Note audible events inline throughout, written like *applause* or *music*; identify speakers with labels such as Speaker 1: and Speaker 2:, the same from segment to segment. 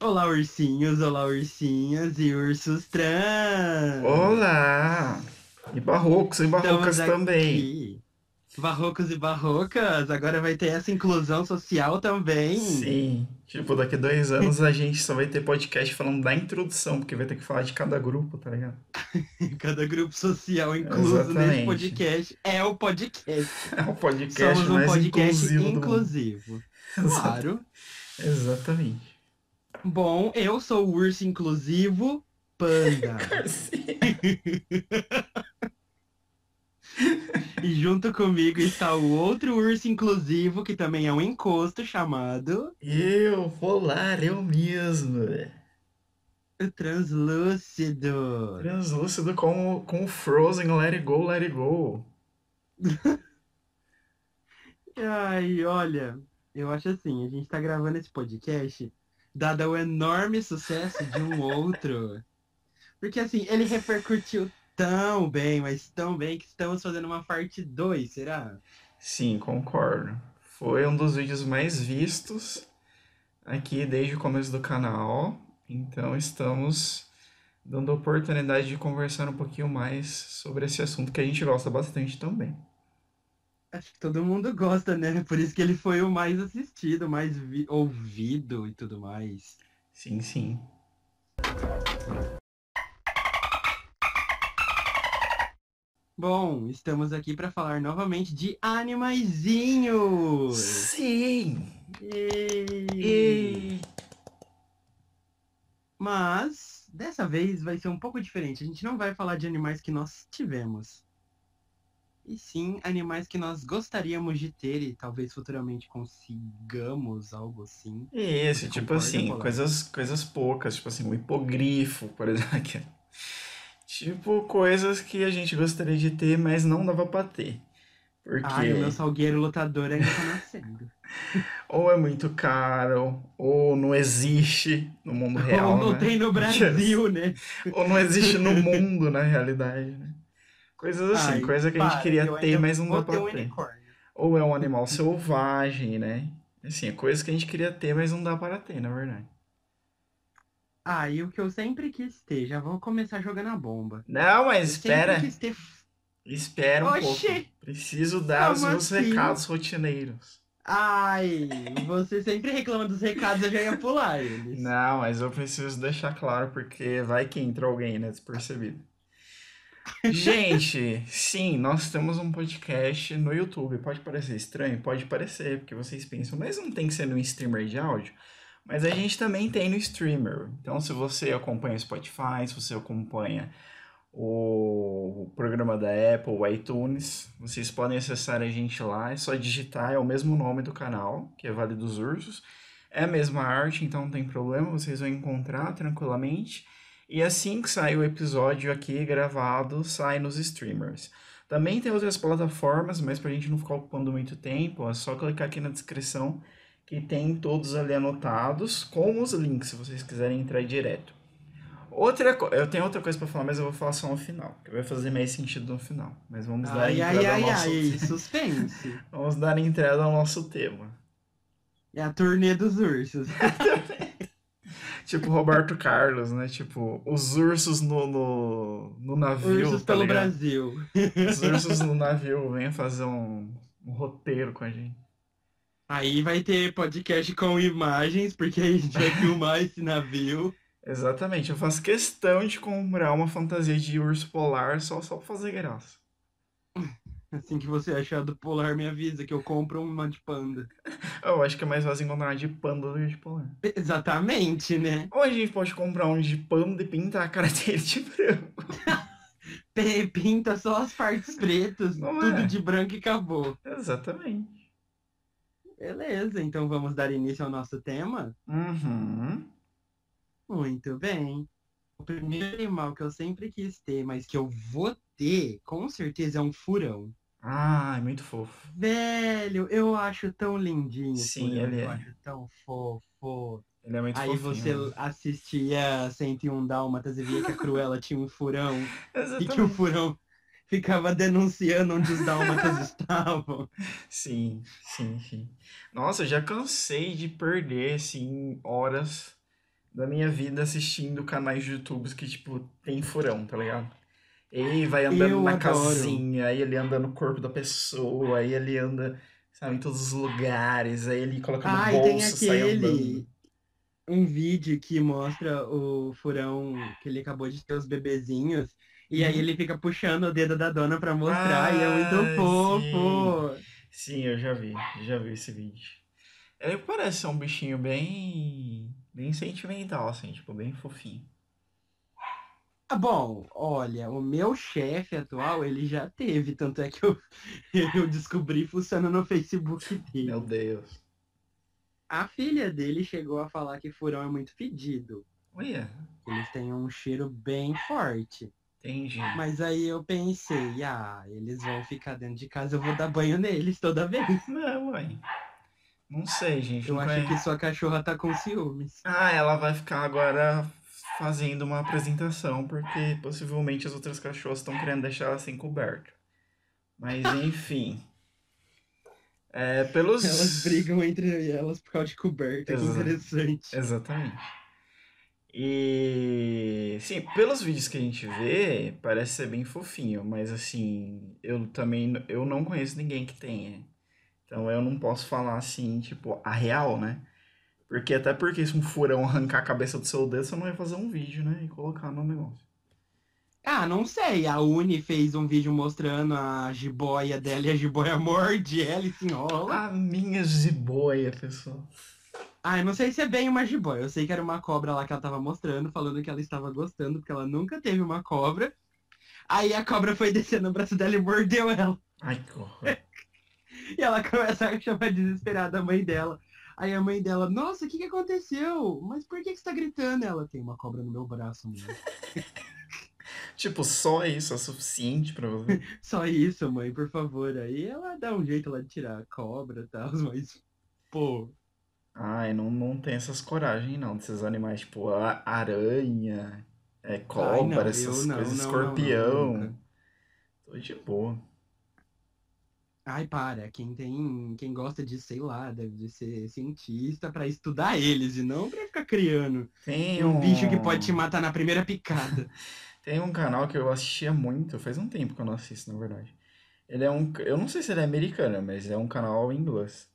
Speaker 1: Olá, ursinhos, olá, ursinhas e ursos trans.
Speaker 2: Olá! E barrocos e barrocas
Speaker 1: Estamos aqui.
Speaker 2: também.
Speaker 1: Barrocos e barrocas, agora vai ter essa inclusão social também.
Speaker 2: Sim. Tipo, daqui dois anos a gente só vai ter podcast falando da introdução, porque vai ter que falar de cada grupo, tá ligado?
Speaker 1: *laughs*
Speaker 2: *laughs*
Speaker 1: Cada grupo social incluso nesse
Speaker 2: Exatamente.
Speaker 1: podcast é o podcast.
Speaker 2: É o podcast
Speaker 1: Somos um
Speaker 2: mais
Speaker 1: podcast
Speaker 2: inclusivo do mundo.
Speaker 1: inclusivo.
Speaker 2: Exa-
Speaker 1: Claro.
Speaker 2: Exatamente.
Speaker 1: Bom, eu sou o urso inclusivo, panda. e junto comigo está o outro urso inclusivo, que também é um encosto, chamado
Speaker 2: Eu vou lá, eu mesmo.
Speaker 1: Translúcido.
Speaker 2: Translúcido com, o- com o Frozen, Let It Go, Let It Go.
Speaker 1: Ai, olha, eu acho assim, a gente tá gravando esse podcast dado o enorme sucesso de um outro. Porque assim, ele repercutiu tão bem, mas tão bem, que estamos fazendo uma parte 2, será?
Speaker 2: Sim, concordo. Foi um dos vídeos mais vistos aqui desde o começo do canal. Então estamos dando a oportunidade de conversar um pouquinho mais sobre esse assunto que a gente gosta bastante também.
Speaker 1: Acho que todo mundo gosta, né? Por isso que ele foi o mais assistido, o mais vi- ouvido e tudo mais.
Speaker 2: Sim, sim.
Speaker 1: Bom, estamos aqui para falar novamente de animaizinhos.
Speaker 2: Sim!
Speaker 1: Yay!
Speaker 2: E...
Speaker 1: Mas dessa vez vai ser um pouco diferente. A gente não vai falar de animais que nós tivemos. E sim, animais que nós gostaríamos de ter e talvez futuramente consigamos algo assim.
Speaker 2: Esse, tipo
Speaker 1: Concorda,
Speaker 2: assim,
Speaker 1: Polar?
Speaker 2: coisas, coisas poucas, tipo assim, um hipogrifo, por *laughs* exemplo. Tipo, coisas que a gente gostaria de ter, mas não dava pra ter. Porque
Speaker 1: Ai, o meu salgueiro lutador ainda tá nascendo.
Speaker 2: ou é muito caro, ou não existe no mundo *laughs* real,
Speaker 1: Como não
Speaker 2: né? *laughs*
Speaker 1: tem no Brasil, né?
Speaker 2: Ou não existe
Speaker 1: *laughs*
Speaker 2: no mundo, na realidade, né? Coisas assim,
Speaker 1: Ai,
Speaker 2: coisa que a gente
Speaker 1: para,
Speaker 2: queria
Speaker 1: eu
Speaker 2: ter,
Speaker 1: ainda
Speaker 2: mas não dá
Speaker 1: Vou ter
Speaker 2: pra
Speaker 1: um
Speaker 2: ter.
Speaker 1: unicórnio.
Speaker 2: Ou é um animal selvagem, né? Assim, é coisa que a gente queria ter, mas não dá para ter, na verdade.
Speaker 1: Ah, e o que eu sempre quis ter, já vou começar jogando a bomba.
Speaker 2: Não,
Speaker 1: Eu
Speaker 2: mas espera.
Speaker 1: sempre quis ter
Speaker 2: Espera um
Speaker 1: Oxi!
Speaker 2: pouco. Preciso dar os
Speaker 1: Como
Speaker 2: meus
Speaker 1: assim?
Speaker 2: recados rotineiros.
Speaker 1: Ai, você sempre reclama dos recados, eu já ia pular eles. *laughs*
Speaker 2: Não, mas eu preciso deixar claro porque vai que entra alguém, né, despercebido. Gente, sim, nós temos um podcast no YouTube. Pode parecer estranho? Pode parecer, porque vocês pensam, mas não tem que ser no streamer de áudio. Mas a gente também tem no streamer. Então, se você acompanha o Spotify, se você acompanha o programa da Apple, o iTunes, vocês podem acessar a gente lá. É só digitar, é o mesmo nome do canal, que é Vale dos Ursos. É a mesma arte, então não tem problema, vocês vão encontrar tranquilamente. E assim que sair o episódio aqui gravado, sai nos streamers. Também tem outras plataformas, mas pra gente não ficar ocupando muito tempo, é só clicar aqui na descrição que tem todos ali anotados com os links, se vocês quiserem entrar direto. Outra co- eu tenho outra coisa pra falar, mas eu vou falar só no final, que vai fazer mais sentido no final. Mas vamos dar
Speaker 1: Ai, ai,
Speaker 2: entrada ao
Speaker 1: ai,
Speaker 2: né? nosso
Speaker 1: ai, suspense.
Speaker 2: vamos dar entrada ao nosso tema.
Speaker 1: *laughs* É a turnê dos
Speaker 2: *laughs*
Speaker 1: ursos.
Speaker 2: Tipo Roberto Carlos, né? Tipo, os ursos no, no, no navio.
Speaker 1: ursos
Speaker 2: tá
Speaker 1: pelo
Speaker 2: ligado?
Speaker 1: Brasil. *laughs*
Speaker 2: Os ursos no navio venham fazer um, um roteiro com a gente.
Speaker 1: Aí vai ter podcast com imagens, porque a gente vai filmar esse navio.
Speaker 2: Exatamente, eu faço questão de comprar uma fantasia de urso polar só, só pra fazer graça.
Speaker 1: Assim que você achar do polar, me avisa que eu compro uma de panda.
Speaker 2: Eu acho que é mais fácil encontrar uma de panda do que de polar.
Speaker 1: Exatamente, né?
Speaker 2: Ou a gente pode comprar um de panda e pintar a cara *laughs* dele de branco.
Speaker 1: Pe- Pinta só as partes pretas,
Speaker 2: Não
Speaker 1: tudo
Speaker 2: é?
Speaker 1: de branco e acabou.
Speaker 2: Exatamente.
Speaker 1: Beleza, então vamos dar início ao nosso tema?
Speaker 2: Uhum.
Speaker 1: Muito bem. O primeiro animal que eu sempre quis ter, mas que eu vou ter, com certeza é um furão.
Speaker 2: Ah, é muito fofo.
Speaker 1: Velho, eu acho tão lindinho. o
Speaker 2: Sim,
Speaker 1: furão,
Speaker 2: ele
Speaker 1: Eu
Speaker 2: é.
Speaker 1: acho tão fofo.
Speaker 2: Ele é muito
Speaker 1: Aí você
Speaker 2: fofinho.
Speaker 1: assistia 101 Dálmatas e via que a Cruella tinha um
Speaker 2: *laughs*
Speaker 1: furão e que o
Speaker 2: Exatamente.
Speaker 1: furão ficava denunciando onde os dálmatas estavam.
Speaker 2: Sim, sim, sim. Nossa, eu já cansei de perder, assim, horas da minha vida assistindo canais de YouTube que, tipo, tem furão, tá ligado? E vai andando
Speaker 1: Eu
Speaker 2: na
Speaker 1: adoro.
Speaker 2: casinha, aí ele anda no corpo da pessoa, aí ele anda, sabe, em todos os lugares, aí ele coloca no
Speaker 1: Ah, e
Speaker 2: bolso,
Speaker 1: tem
Speaker 2: sai andando.
Speaker 1: aquele. Um vídeo que mostra o furão que ele acabou de ter os bebezinhos. E aí
Speaker 2: Uhum.
Speaker 1: ele fica puxando o dedo da dona pra mostrar. e é muito
Speaker 2: Ah,
Speaker 1: fofo.
Speaker 2: Sim, eu já vi, já vi esse vídeo. Ele parece ser um bichinho bem, bem sentimental, assim, tipo, bem fofinho.
Speaker 1: Ah, bom, olha, o meu chefe atual, ele já teve. Tanto é que eu, *laughs* eu descobri funciona no Facebook dele.
Speaker 2: Meu Deus.
Speaker 1: A filha dele chegou a falar que furão é muito fedido.
Speaker 2: Olha,
Speaker 1: Eles têm um cheiro bem forte.
Speaker 2: entendi.
Speaker 1: Mas aí eu pensei, ah, eles vão ficar dentro de casa, eu vou dar banho neles toda vez.
Speaker 2: Não, mãe. Não sei, gente.
Speaker 1: Eu
Speaker 2: não
Speaker 1: acho
Speaker 2: vai-
Speaker 1: que sua cachorra tá com ciúmes.
Speaker 2: Ah, ela vai ficar agora fazendo uma apresentação, porque possivelmente as outras cachorras estão querendo deixar ela sem coberta. Mas enfim. É, pelos.
Speaker 1: Elas brigam entre elas por causa de coberta, que
Speaker 2: Exato.
Speaker 1: interessante.
Speaker 2: Exatamente. E sim, pelos vídeos que a gente vê, parece ser bem fofinho, mas assim, eu também n- eu não conheço ninguém que tenha. Então eu não posso falar assim, tipo, a real, né? Porque até porque se um furão arrancar a cabeça do seu dedo, você não vai fazer um vídeo, né? E colocar no negócio.
Speaker 1: Ah, não sei, a Uni fez um vídeo mostrando a jiboia dela e a jiboia morde ela e se enrola.
Speaker 2: A minha Ah, jiboia, pessoal.
Speaker 1: Ah, eu não sei se é bem uma jiboia, eu sei que era uma cobra lá que ela tava mostrando, falando que ela estava gostando, porque ela nunca teve uma cobra. Aí a cobra foi descer no braço dela e mordeu ela.
Speaker 2: Ai, que horror.
Speaker 1: E ela começa a chamar desesperada a mãe dela. Aí a mãe dela, nossa, o que, que aconteceu? Mas por que, que você tá gritando? Ela tem uma cobra no meu braço, mãe. *laughs*
Speaker 2: Tipo, só isso é suficiente pra você.
Speaker 1: Só isso, mãe, por favor. Aí ela dá um jeito lá de tirar a cobra e tal, *laughs* mas. Pô.
Speaker 2: Ai, não, não tem essas coragem não, desses animais, tipo a- aranha, é, cobra,
Speaker 1: não,
Speaker 2: essas
Speaker 1: eu não,
Speaker 2: coisas,
Speaker 1: não, não,
Speaker 2: escorpião.
Speaker 1: nunca.
Speaker 2: Tô de boa.
Speaker 1: Ai, para. Quem tem. Quem gosta de, sei lá, deve ser cientista pra estudar eles e não pra ficar criando.
Speaker 2: Tem
Speaker 1: um bicho que pode te
Speaker 2: Hum.
Speaker 1: matar na primeira picada.
Speaker 2: Tem um canal que eu assistia muito, faz um tempo que eu não assisto, na verdade. Ele é um, eu não sei se ele é americano, mas é um canal em inglês.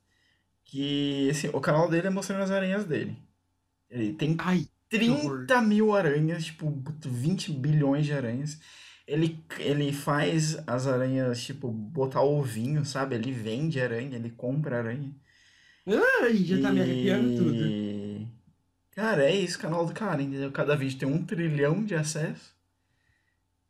Speaker 2: Que assim, o canal dele é mostrando as aranhas dele. Ele tem
Speaker 1: Ai,
Speaker 2: 30 mil aranhas, tipo, 20 bilhões de aranhas. Ele, ele faz as aranhas, tipo, botar ovinho, sabe? Ele vende aranha, ele compra aranha.
Speaker 1: ai, já tá me arrepiando tudo.
Speaker 2: E- Cara, é isso, canal do cara, entendeu? Cada vídeo tem um trilhão de acesso.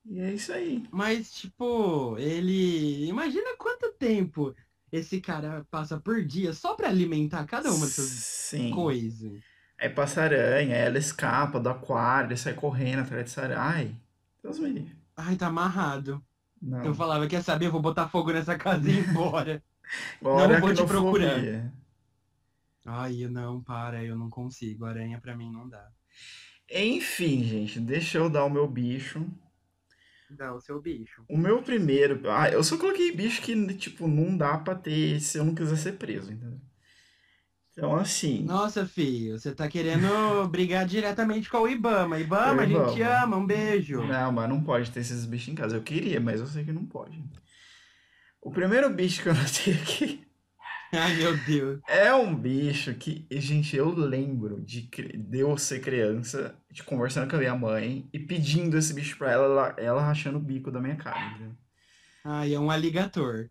Speaker 2: E é isso aí.
Speaker 1: Mas, tipo, ele. Imagina quanto tempo esse cara passa por dia só pra alimentar cada uma dessas
Speaker 2: Sim.
Speaker 1: coisas.
Speaker 2: Aí passa aranha, aí ela escapa do aquário, sai correndo atrás dessa aranha. Ai, Deus me livre.
Speaker 1: Ai, tá amarrado.
Speaker 2: Não.
Speaker 1: Eu falava, quer saber? Eu vou botar fogo nessa casa e ir embora.
Speaker 2: Igual
Speaker 1: não
Speaker 2: aracnofobia.
Speaker 1: vou te procurar. Ai, eu não, para, eu não consigo. Aranha pra mim não dá.
Speaker 2: Enfim, gente, deixa eu dar o meu bicho.
Speaker 1: Dá o seu bicho.
Speaker 2: O meu primeiro. Ah, eu só coloquei bicho que, tipo, não dá pra ter se eu não quiser ser preso, entendeu? Então, assim.
Speaker 1: Nossa, filho, você tá querendo brigar diretamente com o Ibama. Ibama, a
Speaker 2: Ibama.
Speaker 1: gente te ama, um beijo. *laughs*
Speaker 2: Não, mas não pode ter esses bichos em casa. Eu queria, mas eu sei que não pode. O primeiro bicho que eu *laughs* anotei aqui
Speaker 1: Ai, meu Deus.
Speaker 2: é um bicho que, gente, eu lembro de, cri- de eu ser criança, de conversando com a minha mãe e pedindo esse bicho pra ela, ela, ela rachando o bico da minha cara, entendeu?
Speaker 1: Ai, é um aligator.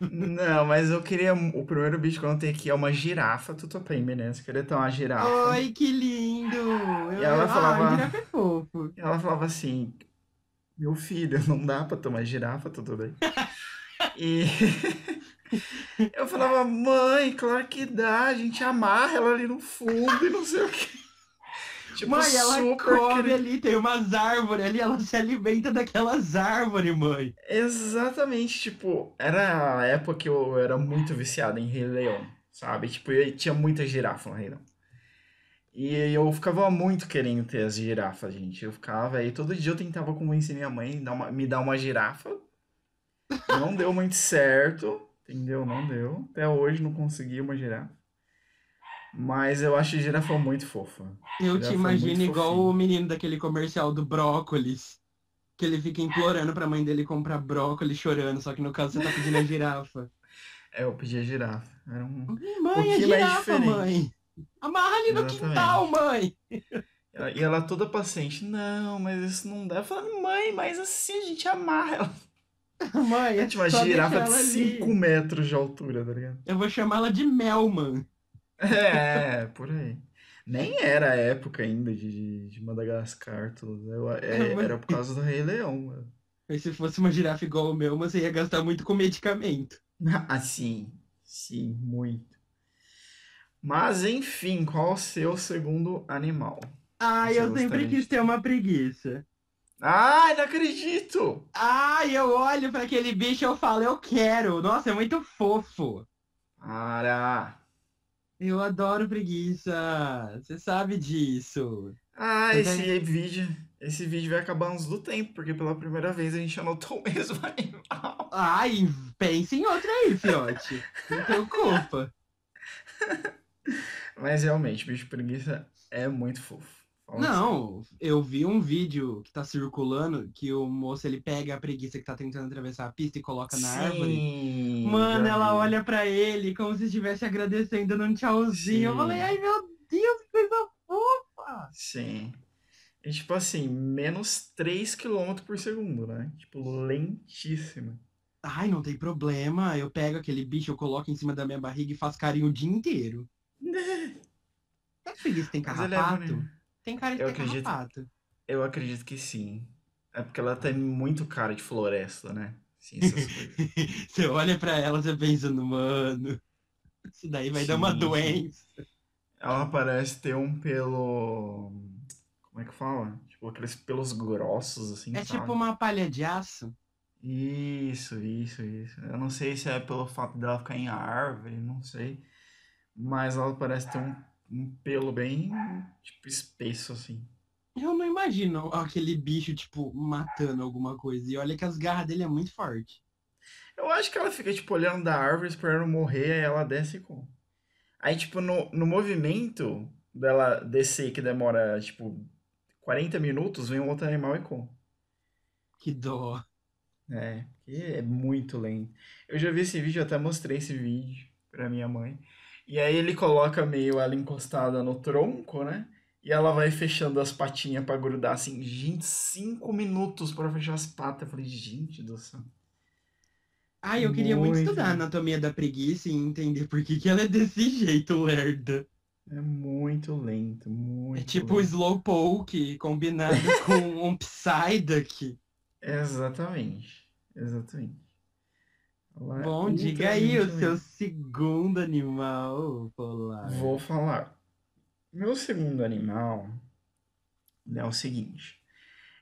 Speaker 2: Não, mas eu queria. O primeiro bicho que eu anotei aqui é uma girafa. Tu topa aí, meninas? Eu queria ter uma girafa.
Speaker 1: Oi, que lindo! Eu,
Speaker 2: Ah. E ela
Speaker 1: eu-
Speaker 2: falava-
Speaker 1: Ah, girafa é fofo.
Speaker 2: E Ela falava assim: Meu filho, *laughs* não dá pra tomar girafa, tá tudo bem? E *laughs* eu falava: Mãe, claro que dá, a gente amarra ela ali no fundo e não sei o quê. Tipo,
Speaker 1: mãe, ela
Speaker 2: super
Speaker 1: come
Speaker 2: cri-
Speaker 1: ali, tem umas árvores ali, ela se alimenta daquelas árvores, mãe.
Speaker 2: Exatamente, tipo, era a época que eu era muito viciado em Rei Leão, sabe? Tipo, eu tinha muita girafa no Rei Leão. E eu ficava muito querendo ter as girafas, gente. Eu ficava aí, todo dia eu tentava convencer minha mãe a dar uma- me dar uma girafa. Não deu muito certo, entendeu? Não deu. Até hoje não consegui uma girafa. Mas eu acho a girafa muito fofa.
Speaker 1: Eu
Speaker 2: Já
Speaker 1: te
Speaker 2: foi
Speaker 1: imagino
Speaker 2: muito
Speaker 1: igual
Speaker 2: fofinho.
Speaker 1: o menino daquele comercial do brócolis. Que ele fica implorando pra mãe dele comprar brócolis chorando, só que no caso você tá pedindo a girafa.
Speaker 2: É, eu pedi a girafa. Era
Speaker 1: Mãe,
Speaker 2: um...
Speaker 1: a
Speaker 2: que mais
Speaker 1: girafa,
Speaker 2: diferente?
Speaker 1: mãe! Amarra ali no
Speaker 2: Exatamente.
Speaker 1: quintal, mãe!
Speaker 2: Ela- E ela toda paciente, não, mas isso não dá. Eu falando, mãe, mas assim a gente amarra ela.
Speaker 1: *laughs* Mãe, é
Speaker 2: Gente, uma
Speaker 1: só
Speaker 2: girafa
Speaker 1: deixar
Speaker 2: de
Speaker 1: ela ali.
Speaker 2: 5 metros de altura, tá ligado?
Speaker 1: Eu vou chamá-la de Melman.
Speaker 2: É, por aí. Nem era a época ainda de- de, de Madagascar, tudo. Eu- é- *laughs*
Speaker 1: Mas-
Speaker 2: era por causa do Rei Leão. mano. *laughs*
Speaker 1: Mas se fosse uma girafa igual o Melman, você ia gastar muito com medicamento.
Speaker 2: Assim, sim, muito. Mas enfim, qual o seu segundo animal?
Speaker 1: Ai,
Speaker 2: Você
Speaker 1: eu sempre
Speaker 2: gostaria de
Speaker 1: quis ter uma preguiça.
Speaker 2: Ai, não acredito!
Speaker 1: Ai, eu olho pra aquele bicho e eu falo, eu quero. Nossa, é muito fofo.
Speaker 2: Para!
Speaker 1: Eu adoro preguiça. Você sabe disso.
Speaker 2: Ah,
Speaker 1: Tudo
Speaker 2: esse vídeo, esse vídeo vai acabar antes do tempo, porque pela primeira vez a gente anotou *laughs* o mesmo animal.
Speaker 1: Ai, pense em outra aí, fiote. Não preocupa.
Speaker 2: Mas realmente, bicho preguiça é muito fofo. Fala
Speaker 1: Não, eu vi um vídeo que tá circulando que o moço ele pega a preguiça que tá tentando atravessar a pista e coloca na árvore.
Speaker 2: Sim,
Speaker 1: Mano,
Speaker 2: já
Speaker 1: ela
Speaker 2: vi.
Speaker 1: olha pra ele como se estivesse agradecendo num tchauzinho. Eu
Speaker 2: Sim.
Speaker 1: falei, ai meu Deus, que coisa fofa.
Speaker 2: Sim. E tipo assim, menos 3 km por segundo, né? Tipo, lentíssima.
Speaker 1: Ai, não tem problema. Eu pego aquele bicho, eu coloco em cima da minha barriga e faço carinho o dia
Speaker 2: *laughs*
Speaker 1: inteiro. Será que preguiça tem
Speaker 2: Mas ele é
Speaker 1: carrapato?
Speaker 2: bonito.
Speaker 1: Tem cara de
Speaker 2: Eu
Speaker 1: ter
Speaker 2: acredito.
Speaker 1: carrapato.
Speaker 2: Eu acredito que sim. É porque ela tem muito cara de floresta, né? Sim,
Speaker 1: *laughs*
Speaker 2: essas coisas.
Speaker 1: Você olha pra ela, você pensa, mano, isso daí vai dar uma
Speaker 2: Sim, sim.
Speaker 1: doença.
Speaker 2: Ela parece ter um pelo. Como é que fala? Tipo, aqueles pelos grossos, assim,
Speaker 1: É
Speaker 2: sabe?
Speaker 1: tipo uma palha de aço.
Speaker 2: Isso, isso, isso. Eu não sei se é pelo fato dela ficar em árvore, não sei. Mas ela parece ter um, um pelo bem, tipo, espesso, assim.
Speaker 1: Eu não imagino aquele bicho, tipo, matando alguma coisa. E olha que as garras dele é muito forte.
Speaker 2: Eu acho que ela fica, tipo, olhando da árvore, esperando morrer, aí ela desce e come. Aí, tipo, no, no movimento dela descer, que demora, tipo, 40 minutos, vem um outro animal e come.
Speaker 1: Que dó.
Speaker 2: É, porque é muito lento. Eu já vi esse vídeo, eu até mostrei esse vídeo pra minha mãe. E aí ele coloca meio ela encostada no tronco, né? E ela vai fechando as patinhas pra grudar, assim, gente, cinco minutos pra fechar as patas. Eu falei, gente do céu.
Speaker 1: Ai, eu queria muito,
Speaker 2: Muito.
Speaker 1: estudar a anatomia da preguiça e entender por que, que ela é desse *laughs* jeito, lerda.
Speaker 2: É muito lento, muito
Speaker 1: É tipo
Speaker 2: lento.
Speaker 1: Slowpoke
Speaker 2: *laughs*
Speaker 1: combinado com um Psyduck.
Speaker 2: Exatamente, exatamente. Ela é
Speaker 1: Bom,
Speaker 2: ultra
Speaker 1: diga aí o
Speaker 2: lenta
Speaker 1: seu
Speaker 2: mesmo.
Speaker 1: segundo animal polar.
Speaker 2: Vou falar. Meu segundo animal né, é o seguinte.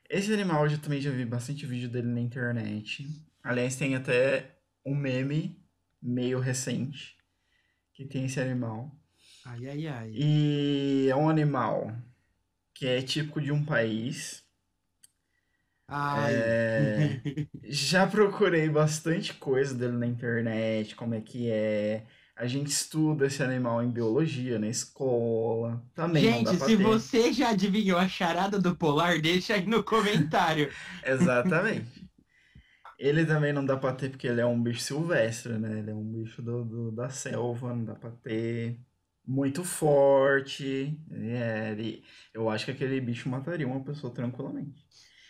Speaker 2: Esse animal eu também já vi bastante vídeo dele na internet. Aliás, tem até um meme meio recente que tem esse animal.
Speaker 1: Ai, ai, ai.
Speaker 2: E é um animal que é típico de um país.
Speaker 1: Ai. *laughs*
Speaker 2: É, Já procurei bastante coisa dele na internet, como é que é. A gente estuda esse animal em biologia, na escola. Também não dá
Speaker 1: Gente,
Speaker 2: pra
Speaker 1: se
Speaker 2: ter.
Speaker 1: você já adivinhou a charada do polar, deixa aí no comentário.
Speaker 2: *laughs* Exatamente. Ele também não dá pra ter porque ele é um bicho silvestre, né? Ele é um bicho do, do- da selva, não dá pra ter. Muito forte. É, ele, eu acho que aquele bicho mataria uma pessoa tranquilamente.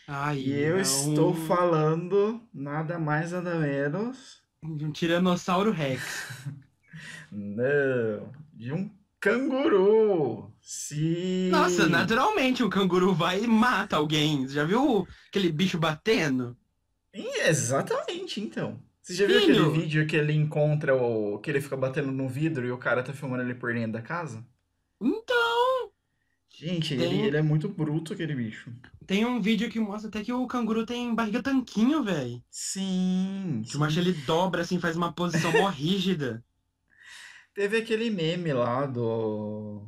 Speaker 1: Ai,
Speaker 2: E eu
Speaker 1: é
Speaker 2: estou
Speaker 1: um-
Speaker 2: falando nada mais, nada menos.
Speaker 1: de Um tiranossauro rex.
Speaker 2: Não, de um canguru. Sim.
Speaker 1: Nossa, naturalmente um canguru vai e mata alguém. Você já viu aquele bicho batendo?
Speaker 2: Ih, Exatamente, então. Você já viu
Speaker 1: Filho!
Speaker 2: aquele vídeo que ele encontra o. que ele fica batendo no vidro e o cara tá filmando ele por dentro da casa?
Speaker 1: Então,
Speaker 2: Gente, ele,
Speaker 1: Tem.
Speaker 2: ele é muito bruto, aquele bicho.
Speaker 1: tem um vídeo que mostra até que o canguru tem barriga tanquinho, velho.
Speaker 2: Sim.
Speaker 1: Que o macho ele dobra assim, faz uma posição mó
Speaker 2: *laughs*
Speaker 1: rígida.
Speaker 2: Teve aquele meme lá do.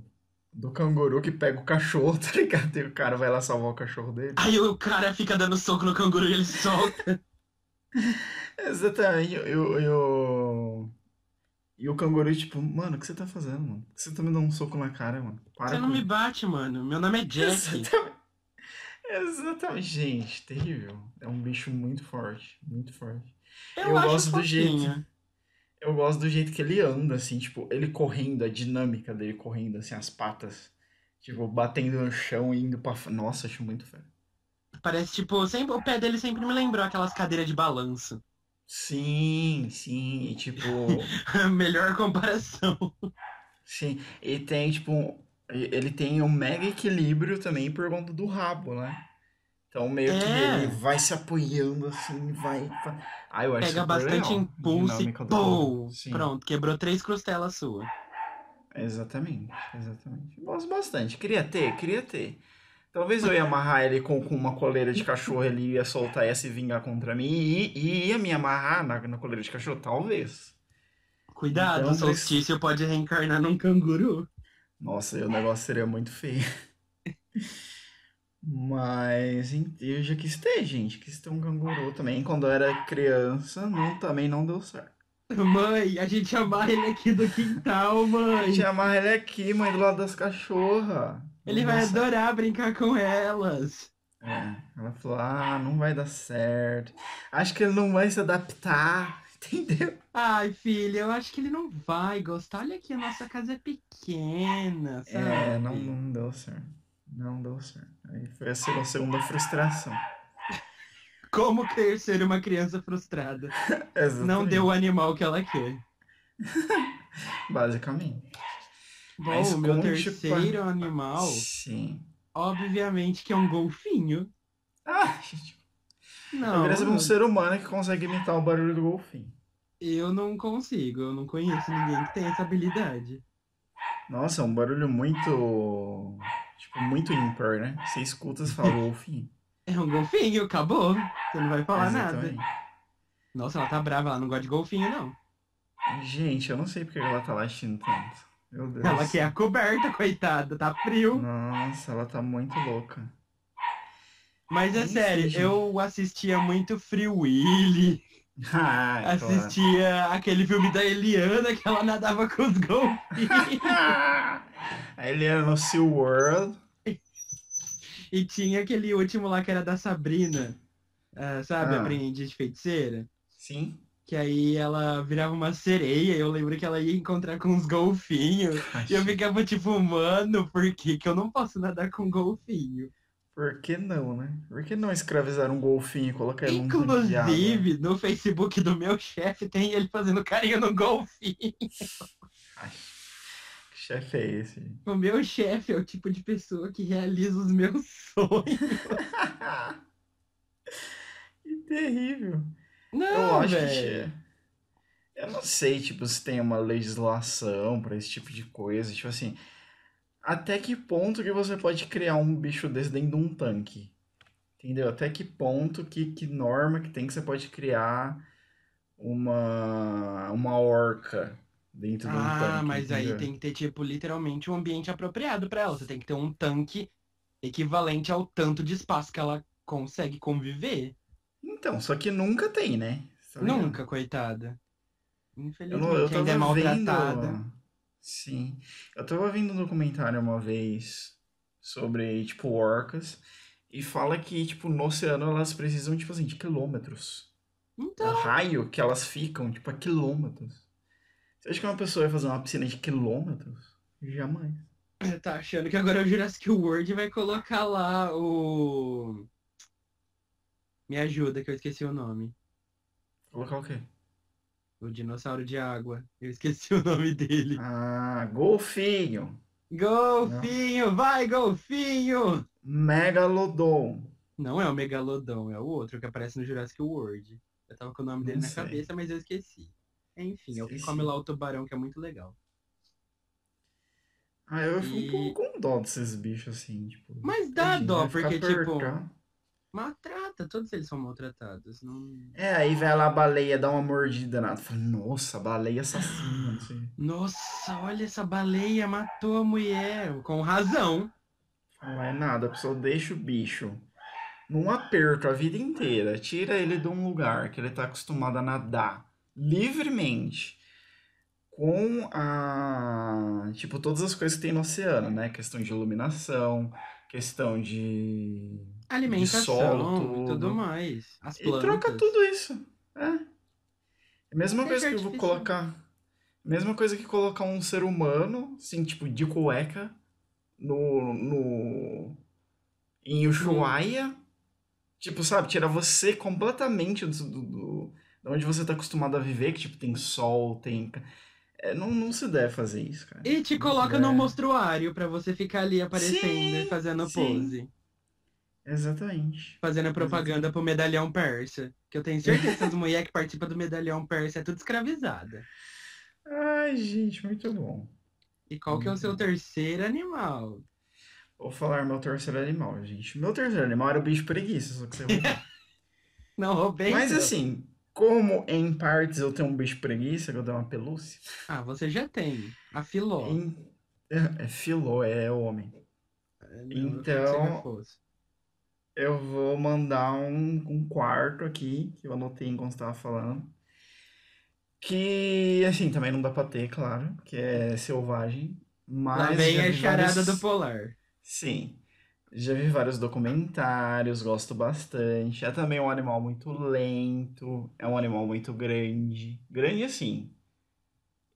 Speaker 2: do canguru que pega o cachorro, *laughs* tá ligado? E o cara vai lá salvar o cachorro dele.
Speaker 1: Aí o cara fica dando soco no canguru e ele solta.
Speaker 2: Exatamente, eu, eu, E o canguru, tipo, mano, o que você tá fazendo, mano? Por que você tá me dando um soco na cara, mano? Para
Speaker 1: Você não
Speaker 2: com
Speaker 1: me bate, mano. Meu
Speaker 2: *laughs*
Speaker 1: nome é *laughs* Jack.
Speaker 2: Exatamente. Exatamente. Gente, terrível. É um bicho muito forte. Muito forte.
Speaker 1: Eu,
Speaker 2: Eu
Speaker 1: acho
Speaker 2: gosto do jeito.
Speaker 1: fofinho.
Speaker 2: Eu gosto do jeito que ele anda, assim, tipo, ele correndo, a dinâmica dele correndo, assim, as patas. Tipo, batendo no chão e indo pra. f- Nossa, acho muito feio.
Speaker 1: Parece tipo, sempre, o pé dele sempre me lembrou aquelas cadeiras de balanço. *laughs*
Speaker 2: Sim, sim. E tipo.
Speaker 1: Melhor comparação.
Speaker 2: sim. E tem, tipo. um- Ele tem um mega equilíbrio também por conta do rabo, né? Então meio que
Speaker 1: É.
Speaker 2: ele vai se apoiando assim, vai. vai- Ah, eu acho
Speaker 1: Pega
Speaker 2: super
Speaker 1: bastante
Speaker 2: legal.
Speaker 1: impulso e
Speaker 2: Dinâmica do rabo.
Speaker 1: pum!
Speaker 2: Sim.
Speaker 1: Pronto, quebrou três costelas sua.
Speaker 2: Exatamente, exatamente. Gosto bastante. Queria ter, queria ter. Talvez eu ia amarrar ele com, com uma coleira de cachorro, ele ia soltar essa e vingar contra mim. E, e ia me amarrar na, na coleira de cachorro, talvez.
Speaker 1: Cuidado,
Speaker 2: Então,
Speaker 1: o solstício pode reencarnar num canguru.
Speaker 2: Nossa, o negócio seria muito feio. *laughs* Mas em- eu já quis ter, gente. Quis ter um canguru também. Quando eu era criança, não, também não deu certo.
Speaker 1: Mãe, a gente amarra ele aqui do quintal,
Speaker 2: A
Speaker 1: mãe.
Speaker 2: gente amarra ele aqui, mãe, do lado das cachorras.
Speaker 1: Ele vai
Speaker 2: Nossa,
Speaker 1: adorar brincar com elas.
Speaker 2: É, ela falou, ah, não vai dar certo. Acho que ele não vai se adaptar, *laughs* entendeu?
Speaker 1: Ai, filha, eu acho que ele não vai gostar. Olha aqui, a nossa casa é pequena, sabe?
Speaker 2: É, não, não deu certo. Não deu certo. Aí foi a seg- a segunda frustração.
Speaker 1: Como crescer uma criança frustrada? Não
Speaker 2: Exatamente,
Speaker 1: deu o animal que ela quer.
Speaker 2: Basicamente.
Speaker 1: Bom,
Speaker 2: Mas
Speaker 1: o meu
Speaker 2: conte pra-
Speaker 1: terceiro animal,
Speaker 2: Sim.
Speaker 1: obviamente que é um golfinho.
Speaker 2: Ah, gente.
Speaker 1: Não,
Speaker 2: Talvez um ser humano que consegue imitar o barulho do golfinho.
Speaker 1: eu não consigo, eu não conheço ninguém que tenha essa habilidade.
Speaker 2: Nossa, é um barulho muito. Tipo, muito ímpar, né? Você escuta e
Speaker 1: *laughs*
Speaker 2: fala golfinho.
Speaker 1: É um golfinho, acabou. Você não vai falar nada.
Speaker 2: Exatamente.
Speaker 1: Nossa, ela tá brava, ela não gosta de golfinho, não.
Speaker 2: Gente, eu não sei porque ela tá latindo tanto. Meu Deus.
Speaker 1: Ela é quer a coberta, coitada, tá frio.
Speaker 2: Nossa, ela tá muito louca. *laughs*
Speaker 1: Mas é
Speaker 2: Isso,
Speaker 1: sério,
Speaker 2: gente.
Speaker 1: eu assistia muito Free Willy,
Speaker 2: Ah, claro.
Speaker 1: assistia aquele filme da Eliana que ela nadava com os golfinhos.
Speaker 2: *laughs* Aí ele era Ah! no Sea World.
Speaker 1: E tinha aquele último lá que era da Sabrina, ah, sabe?
Speaker 2: Ah.
Speaker 1: Aprendiz de feiticeira.
Speaker 2: Sim.
Speaker 1: Que aí ela virava uma sereia. Eu lembro que ela ia encontrar com uns golfinhos. E eu ficava tipo, mano, por que, que eu não posso nadar com um golfinho?
Speaker 2: Por que não, né? Por que não escravizar um golfinho e colocar ele num tanque de água?
Speaker 1: Inclusive, no Facebook do meu chefe tem ele fazendo carinho no golfinho.
Speaker 2: Que chefe é esse? *laughs* gente?
Speaker 1: O meu chefe é o tipo de pessoa que realiza os meus sonhos.
Speaker 2: que terrível. *laughs* eu
Speaker 1: Não,
Speaker 2: acho
Speaker 1: Ah, velho.
Speaker 2: que. tinha- Eu não sei, tipo, se tem uma legislação pra esse tipo de coisa. Tipo assim. Até que ponto que você pode criar um bicho desse dentro de um tanque? Entendeu? Até que ponto que, que norma que tem que você pode criar uma, uma orca dentro de um tanque?
Speaker 1: Ah, mas aí
Speaker 2: entendeu?
Speaker 1: tem que ter, tipo, literalmente um ambiente apropriado pra ela. Você tem que ter um tanque equivalente ao tanto de espaço que ela consegue conviver.
Speaker 2: Então, só que nunca tem, né? Tá ligado?
Speaker 1: Nunca, coitada.
Speaker 2: Eu,
Speaker 1: Infelizmente,
Speaker 2: não, eu
Speaker 1: ainda é
Speaker 2: tava
Speaker 1: maltratada.
Speaker 2: vendo. Sim. Eu tava vendo um documentário uma vez sobre, tipo, orcas. E fala que, tipo, no oceano elas precisam, tipo assim, de quilômetros. O
Speaker 1: Então,
Speaker 2: raio que elas ficam, tipo, a quilômetros. Você acha que uma pessoa vai fazer uma piscina de quilômetros? Jamais.
Speaker 1: você tá achando que agora o Jurassic World vai colocar lá o. Me ajuda, que eu esqueci o nome.
Speaker 2: Colocar o quê?
Speaker 1: O dinossauro de água. Eu esqueci o nome dele.
Speaker 2: Ah, golfinho.
Speaker 1: Golfinho, vai, golfinho!
Speaker 2: Megalodon.
Speaker 1: Não é o Megalodon, é o outro que aparece no Jurassic World. Eu tava com o nome dele
Speaker 2: Não
Speaker 1: na
Speaker 2: sei.
Speaker 1: cabeça, mas eu esqueci. Enfim, é o que
Speaker 2: Esqueci.
Speaker 1: come lá o tubarão, que é muito legal.
Speaker 2: Ah, eu fico
Speaker 1: E-
Speaker 2: um pouco com dó desses bichos, assim, tipo.
Speaker 1: Mas dá
Speaker 2: tadinho,
Speaker 1: dó,
Speaker 2: vai ficar
Speaker 1: porque, tipo,
Speaker 2: percão.
Speaker 1: maltrata, todos eles são maltratados. Não...
Speaker 2: É, aí vai lá a baleia, dá uma mordida na. Fala, Nossa, baleia assassina, não sei.
Speaker 1: Nossa, olha essa baleia, matou a mulher, com razão.
Speaker 2: Fala, é nada, a pessoa deixa o bicho num aperto a vida inteira. Tira ele de um lugar que ele tá acostumado a nadar livremente. com a. Tipo, todas as coisas que tem no oceano, né? Questão de iluminação, questão de.
Speaker 1: Alimentação
Speaker 2: solo,
Speaker 1: e
Speaker 2: tudo.
Speaker 1: tudo mais. As
Speaker 2: E
Speaker 1: plantas.
Speaker 2: troca tudo isso. É. É a
Speaker 1: Inteligência
Speaker 2: mesma coisa que eu vou
Speaker 1: artificial.
Speaker 2: colocar. Mesma coisa que colocar um ser humano, assim, tipo, de cueca, no. no em Ushuaia. Tipo, sabe, tirar você completamente do, do, do- de onde você tá acostumado a viver, que, tipo, tem sol, tem. É, não, não se deve fazer isso, cara.
Speaker 1: E te coloca
Speaker 2: É.
Speaker 1: no mostruário pra você ficar ali aparecendo
Speaker 2: Sim,
Speaker 1: e fazendo
Speaker 2: sim.
Speaker 1: pose.
Speaker 2: Exatamente.
Speaker 1: Fazendo propaganda pro medalhão persa. Que eu tenho certeza
Speaker 2: *laughs*
Speaker 1: que as mulheres que participam do medalhão persa é tudo escravizada.
Speaker 2: Ai, gente, muito bom.
Speaker 1: E qual que é o
Speaker 2: Uhum.
Speaker 1: seu terceiro animal?
Speaker 2: Vou falar meu terceiro animal, gente. Meu terceiro animal era o bicho preguiça, só que você roubou.
Speaker 1: Não roubei.
Speaker 2: Mas
Speaker 1: seu.
Speaker 2: assim, como em partes eu tenho um bicho preguiça, que eu tenho uma pelúcia.
Speaker 1: Ah, você já tem. A filó. né?
Speaker 2: em- É filô, é homem.
Speaker 1: Não, eu achei que você
Speaker 2: então-
Speaker 1: já fosse.
Speaker 2: Eu vou mandar um, um quarto aqui, que eu anotei enquanto você tava falando. Que, assim, também não dá pra ter, claro, que é selvagem.
Speaker 1: Lá
Speaker 2: Mas
Speaker 1: vem
Speaker 2: já
Speaker 1: a
Speaker 2: vi
Speaker 1: charada
Speaker 2: vários-
Speaker 1: do polar.
Speaker 2: Sim. Já vi vários documentários, gosto bastante. É também um animal muito lento, é um animal muito grande. Grande assim,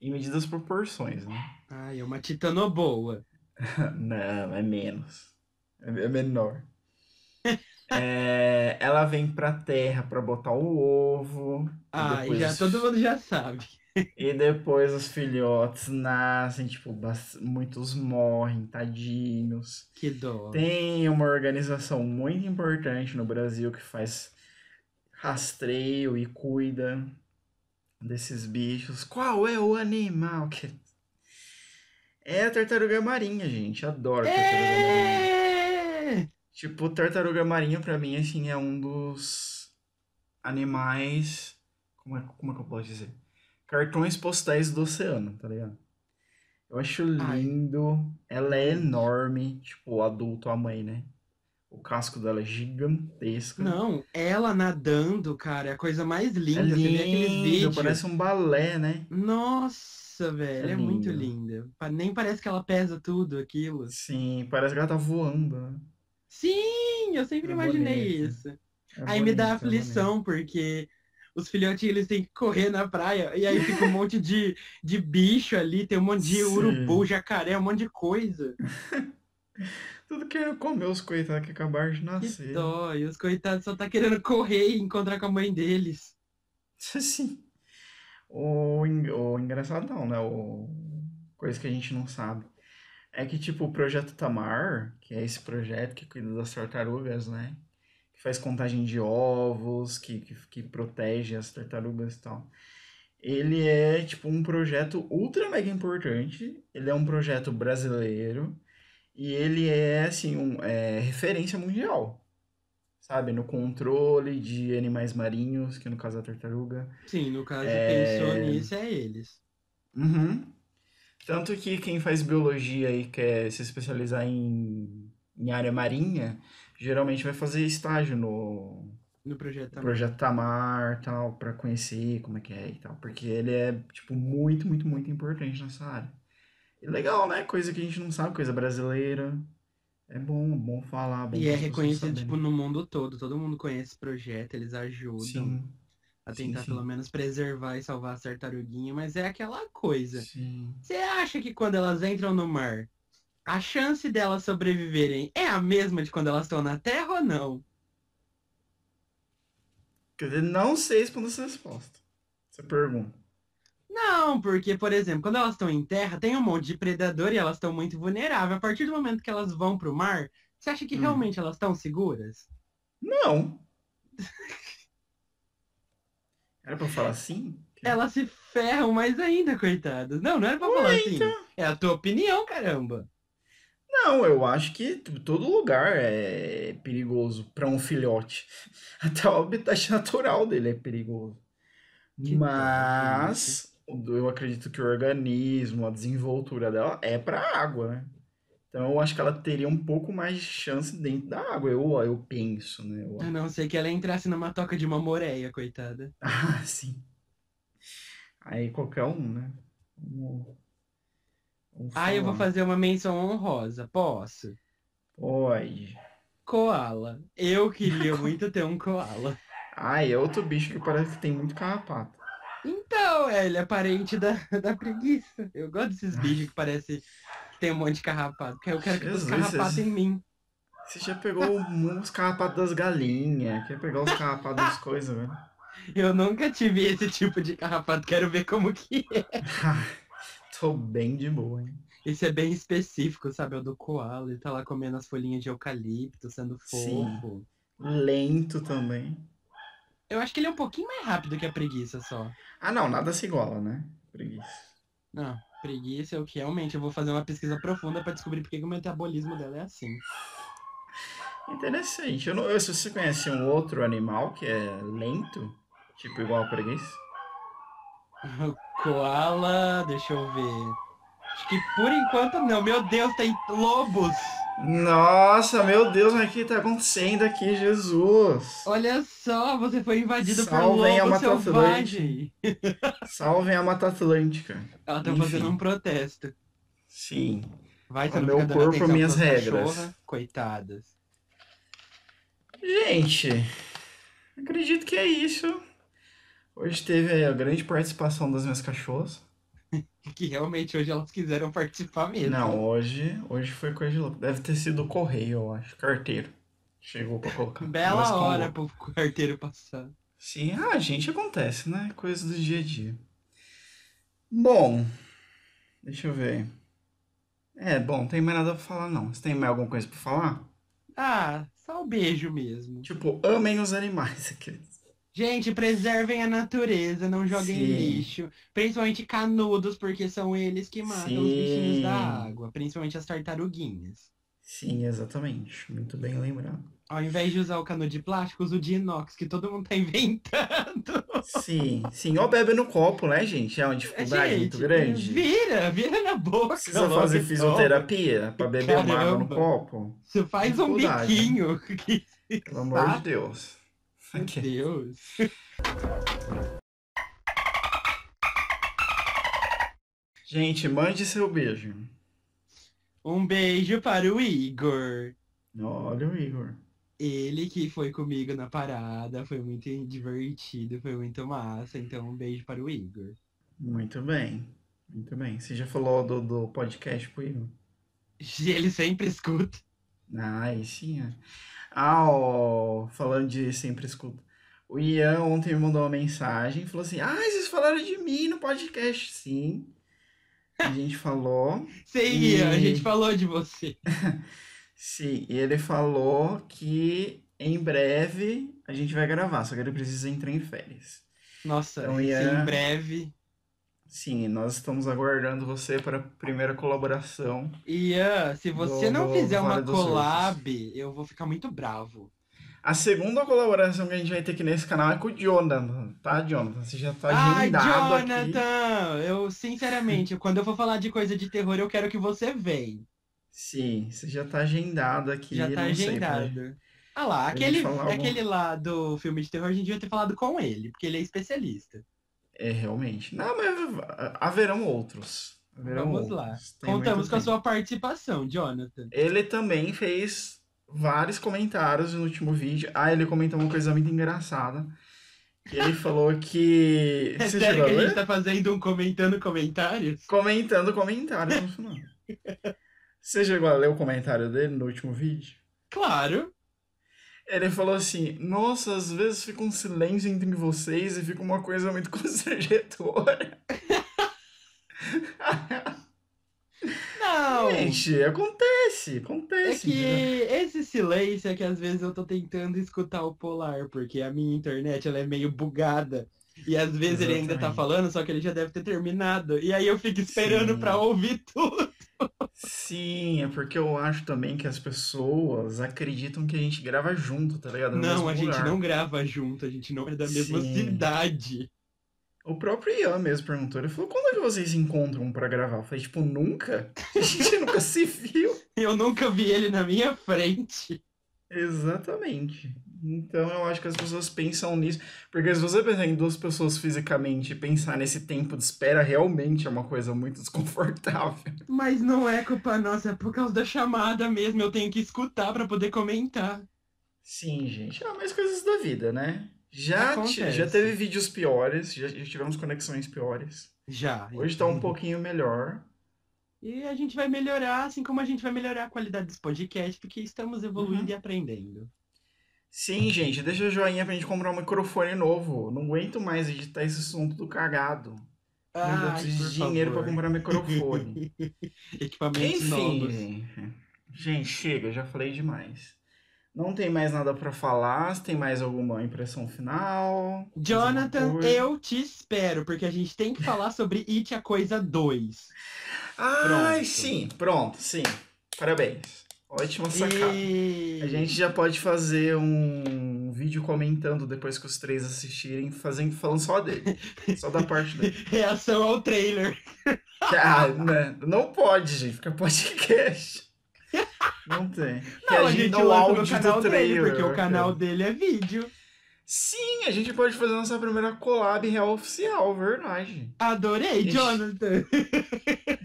Speaker 2: em medidas proporções, né? *laughs*
Speaker 1: Ai, é uma titanoboa.
Speaker 2: Não, é menos. É é menor. É, ela vem pra terra pra botar o ovo,
Speaker 1: Ai,
Speaker 2: depois
Speaker 1: já
Speaker 2: os-
Speaker 1: todo mundo já sabe.
Speaker 2: e depois os filhotes nascem, tipo, bas- muitos morrem, tadinhos.
Speaker 1: Que dó.
Speaker 2: Tem uma organização muito importante no Brasil que faz rastreio e cuida desses bichos. Qual é o animal que. É a tartaruga marinha, gente. Adoro tartaruga marinha.
Speaker 1: É!
Speaker 2: Tipo, tartaruga marinha pra mim, assim, é um dos animais. Como é, como é que eu posso dizer? Cartões postais do oceano, tá ligado? Eu acho
Speaker 1: Ai.
Speaker 2: lindo. Ela é enorme. Tipo, o adulto, a mãe, né? O casco dela é gigantesco.
Speaker 1: Não, ela nadando, cara, é a coisa mais linda.
Speaker 2: é
Speaker 1: Você vê aqueles
Speaker 2: lindo,
Speaker 1: vídeos.
Speaker 2: parece um balé, né?
Speaker 1: Nossa, velho,
Speaker 2: É
Speaker 1: é, muito
Speaker 2: lindo.
Speaker 1: linda. Pa- Nem parece que ela pesa tudo aquilo.
Speaker 2: Sim, parece que ela tá voando, né?
Speaker 1: Sim, eu sempre
Speaker 2: É
Speaker 1: imaginei
Speaker 2: bonito.
Speaker 1: isso.
Speaker 2: É
Speaker 1: Aí me dá
Speaker 2: bonito, é bonito.
Speaker 1: aflição, porque os filhotes eles têm que correr na praia, e aí fica um monte de, de bicho ali, tem um monte de
Speaker 2: *laughs* Sim.
Speaker 1: urubu, jacaré, um monte de coisa.
Speaker 2: Tudo que comeu os coitados que acabaram de
Speaker 1: Que
Speaker 2: nascer.
Speaker 1: dó, e os coitados só tá querendo correr e encontrar com a mãe deles.
Speaker 2: *laughs* Sim. O, en- o engraçado não, né? O, coisa que a gente não sabe. É que, tipo, o Projeto Tamar, que é esse projeto que cuida das tartarugas, né? Que faz contagem de ovos, que, que, que protege as tartarugas e tal. Ele é, tipo, um projeto ultra mega importante. Ele é um projeto brasileiro. E ele é, assim, um, é, referência mundial. Sabe? No controle de animais marinhos, que no caso é a tartaruga.
Speaker 1: Sim, no caso,
Speaker 2: É.
Speaker 1: quem pensou nisso é eles.
Speaker 2: Uhum. Tanto que quem faz biologia e quer se especializar em, em área marinha, geralmente vai fazer estágio no
Speaker 1: No projeto também.
Speaker 2: Projeto Tamar, tal, para conhecer como é que é e tal, porque ele é tipo muito, muito, muito importante nessa área. E legal, né? Coisa que a gente não sabe, coisa brasileira. É bom, bom falar, bom
Speaker 1: E é
Speaker 2: pras pessoas
Speaker 1: reconhecido,
Speaker 2: saberem.
Speaker 1: tipo, no mundo todo. Todo mundo conhece esse projeto, eles ajudam
Speaker 2: Sim,
Speaker 1: a
Speaker 2: sim,
Speaker 1: tentar
Speaker 2: sim.
Speaker 1: pelo menos preservar e salvar as tartaruguinhas, mas é aquela coisa.
Speaker 2: sim.
Speaker 1: Você acha que quando elas entram no mar, a chance delas sobreviverem é a mesma de quando elas estão na terra ou não?
Speaker 2: Quer dizer, não sei responder essa resposta. Essa pergunta.
Speaker 1: Não, porque, por exemplo, quando elas estão em terra, tem um monte de predador e elas estão muito vulneráveis. A partir do momento que elas vão pro mar, você acha que
Speaker 2: Hum.
Speaker 1: realmente elas estão seguras?
Speaker 2: Não. Era pra eu falar assim?
Speaker 1: Elas se ferram mais ainda, coitadas. Não, não era pra
Speaker 2: Ué,
Speaker 1: falar assim.
Speaker 2: então.
Speaker 1: É a tua opinião, caramba.
Speaker 2: Não, eu acho que t- todo lugar é perigoso pra um filhote. *laughs* Até o habitat natural dele é perigoso.
Speaker 1: Que dó,
Speaker 2: Mas o- eu acredito que o organismo, a desenvoltura dela é pra água, né? Então eu acho que ela teria um pouco mais de chance dentro da água. Eu, eu penso, né? Eu
Speaker 1: A não ser que ela entrasse numa toca
Speaker 2: *laughs*
Speaker 1: de uma moreia, coitada.
Speaker 2: Ah, sim. Aí qualquer um, né? Um, um
Speaker 1: Ah, eu vou
Speaker 2: falar.
Speaker 1: fazer uma menção honrosa. Posso?
Speaker 2: Pode.
Speaker 1: Koala. Eu
Speaker 2: *laughs*
Speaker 1: queria muito ter um koala.
Speaker 2: Ai, é outro bicho que parece que tem muito carrapato.
Speaker 1: Então, é, ele é parente da, *laughs* da preguiça. Eu gosto desses bichos que parece que tem um monte de carrapato. Porque eu quero que os
Speaker 2: Jesus,
Speaker 1: carrapatos
Speaker 2: esses-
Speaker 1: em mim.
Speaker 2: Você
Speaker 1: *laughs*
Speaker 2: já pegou um- os carrapatos das galinhas, quer pegar os carrapatos das coisas, né? velho.
Speaker 1: Eu nunca tive esse tipo de carrapato. Quero ver como que *laughs* é.
Speaker 2: *laughs* Tô bem de boa, hein?
Speaker 1: Esse é bem específico, sabe? É o do koala. Ele tá lá comendo as folhinhas de eucalipto, sendo
Speaker 2: Sim.
Speaker 1: fofo.
Speaker 2: Lento também.
Speaker 1: Eu acho que ele é um pouquinho mais rápido que a preguiça só.
Speaker 2: Ah, não, nada se iguala, né? Preguiça.
Speaker 1: Não, preguiça é o que realmente. Eu vou fazer uma pesquisa profunda pra descobrir porque que o metabolismo dela é assim.
Speaker 2: Interessante. Eu não, eu- se você conhece um outro animal que é lento, tipo igual a preguiça,
Speaker 1: O koala, deixa eu ver. Acho que por enquanto não. Meu Deus, tem lobos!
Speaker 2: Nossa, meu Deus, mas o que tá acontecendo aqui, Jesus?
Speaker 1: Olha só, você foi invadido
Speaker 2: Salvem é a
Speaker 1: por lobo
Speaker 2: Mata
Speaker 1: selvagem.
Speaker 2: Salvem a Mata Atlântica.
Speaker 1: Ela tá
Speaker 2: Enfim.
Speaker 1: fazendo um protesto.
Speaker 2: Sim.
Speaker 1: Vai, você
Speaker 2: O
Speaker 1: não
Speaker 2: meu
Speaker 1: fica dando
Speaker 2: corpo,
Speaker 1: atenção
Speaker 2: minhas
Speaker 1: pras
Speaker 2: regras.
Speaker 1: cachorras? Coitadas.
Speaker 2: Gente, acredito que é isso. Hoje teve aí a grande participação das minhas cachorras.
Speaker 1: Que realmente hoje elas quiseram participar mesmo.
Speaker 2: Não, hoje, hoje foi coisa de louco. Deve ter sido o correio, eu acho, carteiro. Chegou pra colocar. Mas
Speaker 1: Bela
Speaker 2: com-
Speaker 1: hora pro carteiro passar.
Speaker 2: Sim, ah, gente, acontece, né? Coisa do dia a dia. Bom, deixa eu ver. É, bom, não tem mais nada pra falar, não. Você tem mais alguma coisa pra falar?
Speaker 1: Ah, só o beijo mesmo.
Speaker 2: Tipo, amem os animais, *laughs* queridos.
Speaker 1: Gente, preservem a natureza, não joguem
Speaker 2: Sim.
Speaker 1: lixo. Principalmente canudos, porque são eles que matam os bichinhos
Speaker 2: Sim.
Speaker 1: da água, principalmente as tartaruguinhas.
Speaker 2: Sim, exatamente. Muito bem lembrado.
Speaker 1: Ao invés de usar o canudo de plástico, usa o de inox, que todo mundo tá inventando.
Speaker 2: Sim, sim. Ou bebe no copo, né, gente? É uma dificuldade
Speaker 1: Gente,
Speaker 2: muito grande.
Speaker 1: Vira, vira na boca.
Speaker 2: Precisa
Speaker 1: logo,
Speaker 2: fazer
Speaker 1: então.
Speaker 2: fisioterapia pra beber uma água no
Speaker 1: Caramba.
Speaker 2: copo?
Speaker 1: Você faz um
Speaker 2: Dificuldade. né?
Speaker 1: biquinho. *laughs* Que...
Speaker 2: Pelo amor de Deus.
Speaker 1: Tá? Meu
Speaker 2: *laughs* Aqui.
Speaker 1: Deus.
Speaker 2: Gente, mande seu beijo.
Speaker 1: Um beijo para o Igor.
Speaker 2: Olha o Igor.
Speaker 1: Ele que foi comigo na parada, foi muito divertido, foi muito massa. Então, um beijo para o Igor.
Speaker 2: Muito bem. Muito bem. Você já falou do, do podcast pro Igor?
Speaker 1: Ele sempre escuta.
Speaker 2: Ah, aí sim. é. Ah, ó, falando de sempre escuta. O Ian ontem me mandou uma mensagem, falou assim: Ah, vocês falaram de mim no podcast. Sim. A gente falou.
Speaker 1: Sim, Ian, a
Speaker 2: E-
Speaker 1: gente falou de você.
Speaker 2: Sim, e ele falou que em breve a gente vai gravar, só que ele precisa entrar em férias.
Speaker 1: Nossa,
Speaker 2: Então,
Speaker 1: isso
Speaker 2: Ian-
Speaker 1: em breve.
Speaker 2: Sim, nós estamos aguardando você para a primeira colaboração.
Speaker 1: Ian, se você
Speaker 2: Do-
Speaker 1: não
Speaker 2: do
Speaker 1: fizer
Speaker 2: Vale
Speaker 1: uma
Speaker 2: dos Ursos.
Speaker 1: collab, eu vou ficar muito bravo.
Speaker 2: A segunda colaboração que a gente vai ter aqui nesse canal é com o Jonathan, tá, Jonathan? Você já tá
Speaker 1: Ai,
Speaker 2: agendado aqui.
Speaker 1: Ah, Jonathan, eu sinceramente, quando eu for falar de coisa de terror, eu quero que você venha.
Speaker 2: Sim, você já tá agendado aqui,
Speaker 1: Já tá
Speaker 2: não sei, pra-
Speaker 1: agendado. Ah lá,
Speaker 2: pra gente
Speaker 1: aquele,
Speaker 2: falar algum-
Speaker 1: aquele lá do filme de terror, a gente devia ter falado com ele, porque ele é especialista.
Speaker 2: É, realmente. Não, mas haverão outros. Haverão
Speaker 1: Vamos
Speaker 2: outros.
Speaker 1: lá.
Speaker 2: Tem
Speaker 1: Contamos
Speaker 2: muito
Speaker 1: com a
Speaker 2: tempo.
Speaker 1: sua participação, Jonathan.
Speaker 2: Ele também fez vários comentários no último vídeo. Ah, ele comentou uma coisa muito engraçada. Que
Speaker 1: *laughs*
Speaker 2: ele falou que.
Speaker 1: É
Speaker 2: Você
Speaker 1: sério
Speaker 2: chegou a
Speaker 1: que a
Speaker 2: ler?
Speaker 1: gente tá fazendo um comentando comentários?
Speaker 2: Comentando comentários
Speaker 1: *laughs*
Speaker 2: no final. Você chegou a ler o comentário dele no último vídeo?
Speaker 1: Claro.
Speaker 2: Ele falou assim: Nossa, às vezes fica um silêncio entre vocês e fica uma coisa muito *laughs* constrangedora.
Speaker 1: Não.
Speaker 2: Gente, acontece,
Speaker 1: É
Speaker 2: acontece.
Speaker 1: que
Speaker 2: entendeu?
Speaker 1: esse silêncio é que às vezes eu tô tentando escutar o Polar, porque a minha internet ela é meio bugada. E às vezes ele ainda tá
Speaker 2: Exatamente.
Speaker 1: falando, só que ele já deve ter terminado. E aí eu fico esperando
Speaker 2: Sim.
Speaker 1: pra ouvir tudo.
Speaker 2: Sim, é porque eu acho também que as pessoas acreditam que a gente grava junto, tá ligado? No
Speaker 1: não,
Speaker 2: mesmo
Speaker 1: a gente
Speaker 2: lugar.
Speaker 1: não grava junto, a gente não é da mesma
Speaker 2: Sim.
Speaker 1: cidade.
Speaker 2: O próprio Ian mesmo perguntou, ele falou, quando é que vocês se encontram pra gravar? Eu falei, tipo, nunca? *laughs* A gente nunca se viu.
Speaker 1: Eu nunca vi ele na minha frente.
Speaker 2: Exatamente. Então eu acho que as pessoas pensam nisso. Porque se você pensar em duas pessoas fisicamente e pensar nesse tempo de espera, realmente é uma coisa muito *laughs* desconfortável.
Speaker 1: Mas não é culpa nossa, é por causa da chamada mesmo. Eu tenho que escutar pra poder comentar.
Speaker 2: Sim, gente. Ah, mas coisas da vida, né? Já,
Speaker 1: Acontece.
Speaker 2: ti- já teve vídeos piores, já, já tivemos conexões piores.
Speaker 1: Já.
Speaker 2: Hoje tá um pouquinho melhor.
Speaker 1: E a gente vai melhorar, assim como a gente vai melhorar a qualidade dos podcasts, porque estamos evoluindo
Speaker 2: Uhum.
Speaker 1: e aprendendo.
Speaker 2: Sim, gente, deixa o joinha pra gente comprar um microfone novo. Não aguento mais editar esse som tudo cagado. eu
Speaker 1: Ai,
Speaker 2: preciso
Speaker 1: por
Speaker 2: Ah, de dinheiro
Speaker 1: favor.
Speaker 2: pra comprar
Speaker 1: *laughs*
Speaker 2: microfone.
Speaker 1: Equipamentos novos.
Speaker 2: Enfim, gente, chega, já falei demais. Não tem mais nada pra falar, se tem mais alguma impressão final. mais alguma
Speaker 1: Jonathan,
Speaker 2: coisa.
Speaker 1: eu te espero, porque a gente tem que falar sobre It a Coisa 2.
Speaker 2: Ai,
Speaker 1: Pronto.
Speaker 2: sim, pronto, sim. Parabéns. Ótima sacada.
Speaker 1: E...
Speaker 2: A gente já pode fazer um vídeo comentando depois que os três assistirem, fazendo, falando só dele. só da parte dele.
Speaker 1: *laughs* *laughs* Reação ao trailer.
Speaker 2: Ah, né? Não pode, gente, fica podcast. Não tem. Que
Speaker 1: Não, a
Speaker 2: gente
Speaker 1: gente
Speaker 2: dá o
Speaker 1: lança
Speaker 2: áudio
Speaker 1: no
Speaker 2: do
Speaker 1: canal dele,
Speaker 2: trailer,
Speaker 1: porque o
Speaker 2: né,
Speaker 1: canal
Speaker 2: cara?
Speaker 1: dele é vídeo.
Speaker 2: Sim, a gente pode fazer nossa primeira collab real oficial, verdade.
Speaker 1: Adorei,
Speaker 2: Ixi.
Speaker 1: Jonathan.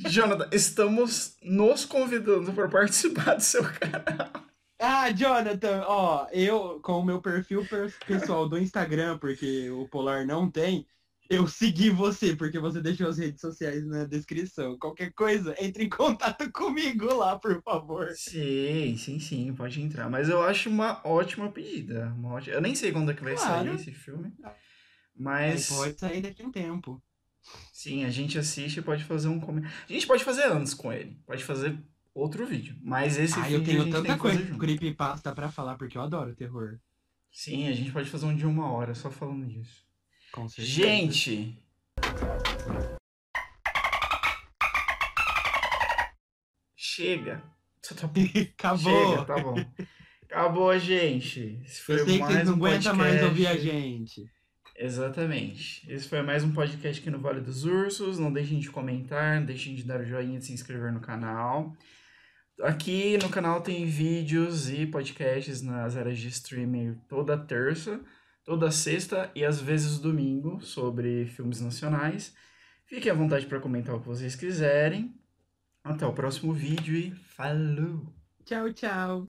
Speaker 2: Jonathan, estamos nos convidando para participar do seu canal.
Speaker 1: Ah, Jonathan, ó, eu com o meu perfil pers- pessoal do Instagram, porque o Polar não tem, eu segui você, porque você deixou as redes sociais na descrição. Qualquer coisa, entre em contato *laughs* comigo lá, por favor.
Speaker 2: Sim, sim, sim, pode entrar. Mas eu acho uma ótima pedida. uma ótima- Eu nem sei quando é que vai
Speaker 1: Claro.
Speaker 2: sair esse filme.
Speaker 1: Aí
Speaker 2: Mas
Speaker 1: pode sair daqui a um tempo.
Speaker 2: sim, a gente assiste e pode fazer um comentário. A gente pode fazer antes com ele. Pode fazer outro vídeo. Mas esse
Speaker 1: Ah,
Speaker 2: vídeo
Speaker 1: eu
Speaker 2: a
Speaker 1: tenho
Speaker 2: gente
Speaker 1: tanta
Speaker 2: tem que fazer
Speaker 1: coisa com
Speaker 2: junto.
Speaker 1: creepypasta pra falar, porque eu adoro terror.
Speaker 2: Sim, a gente pode fazer um de uma hora só falando disso.
Speaker 1: Com certeza.
Speaker 2: Gente! Chega. Só tá bom. Chega,
Speaker 1: acabou.
Speaker 2: tá bom. Acabou, gente. Esse foi
Speaker 1: Eu sei que
Speaker 2: mais
Speaker 1: vocês não
Speaker 2: um
Speaker 1: aguentam mais
Speaker 2: podcast.
Speaker 1: ouvir a gente.
Speaker 2: Exatamente. Esse foi mais um podcast aqui no Vale dos Ursos. Não deixem de comentar, não deixem de dar o joinha, de se inscrever no canal. Aqui no canal tem vídeos e podcasts nas áreas de streaming toda terça, toda sexta e às vezes domingo sobre filmes nacionais. Fiquem à vontade para comentar o que vocês quiserem. Até o próximo vídeo e falou!
Speaker 1: Tchau, tchau.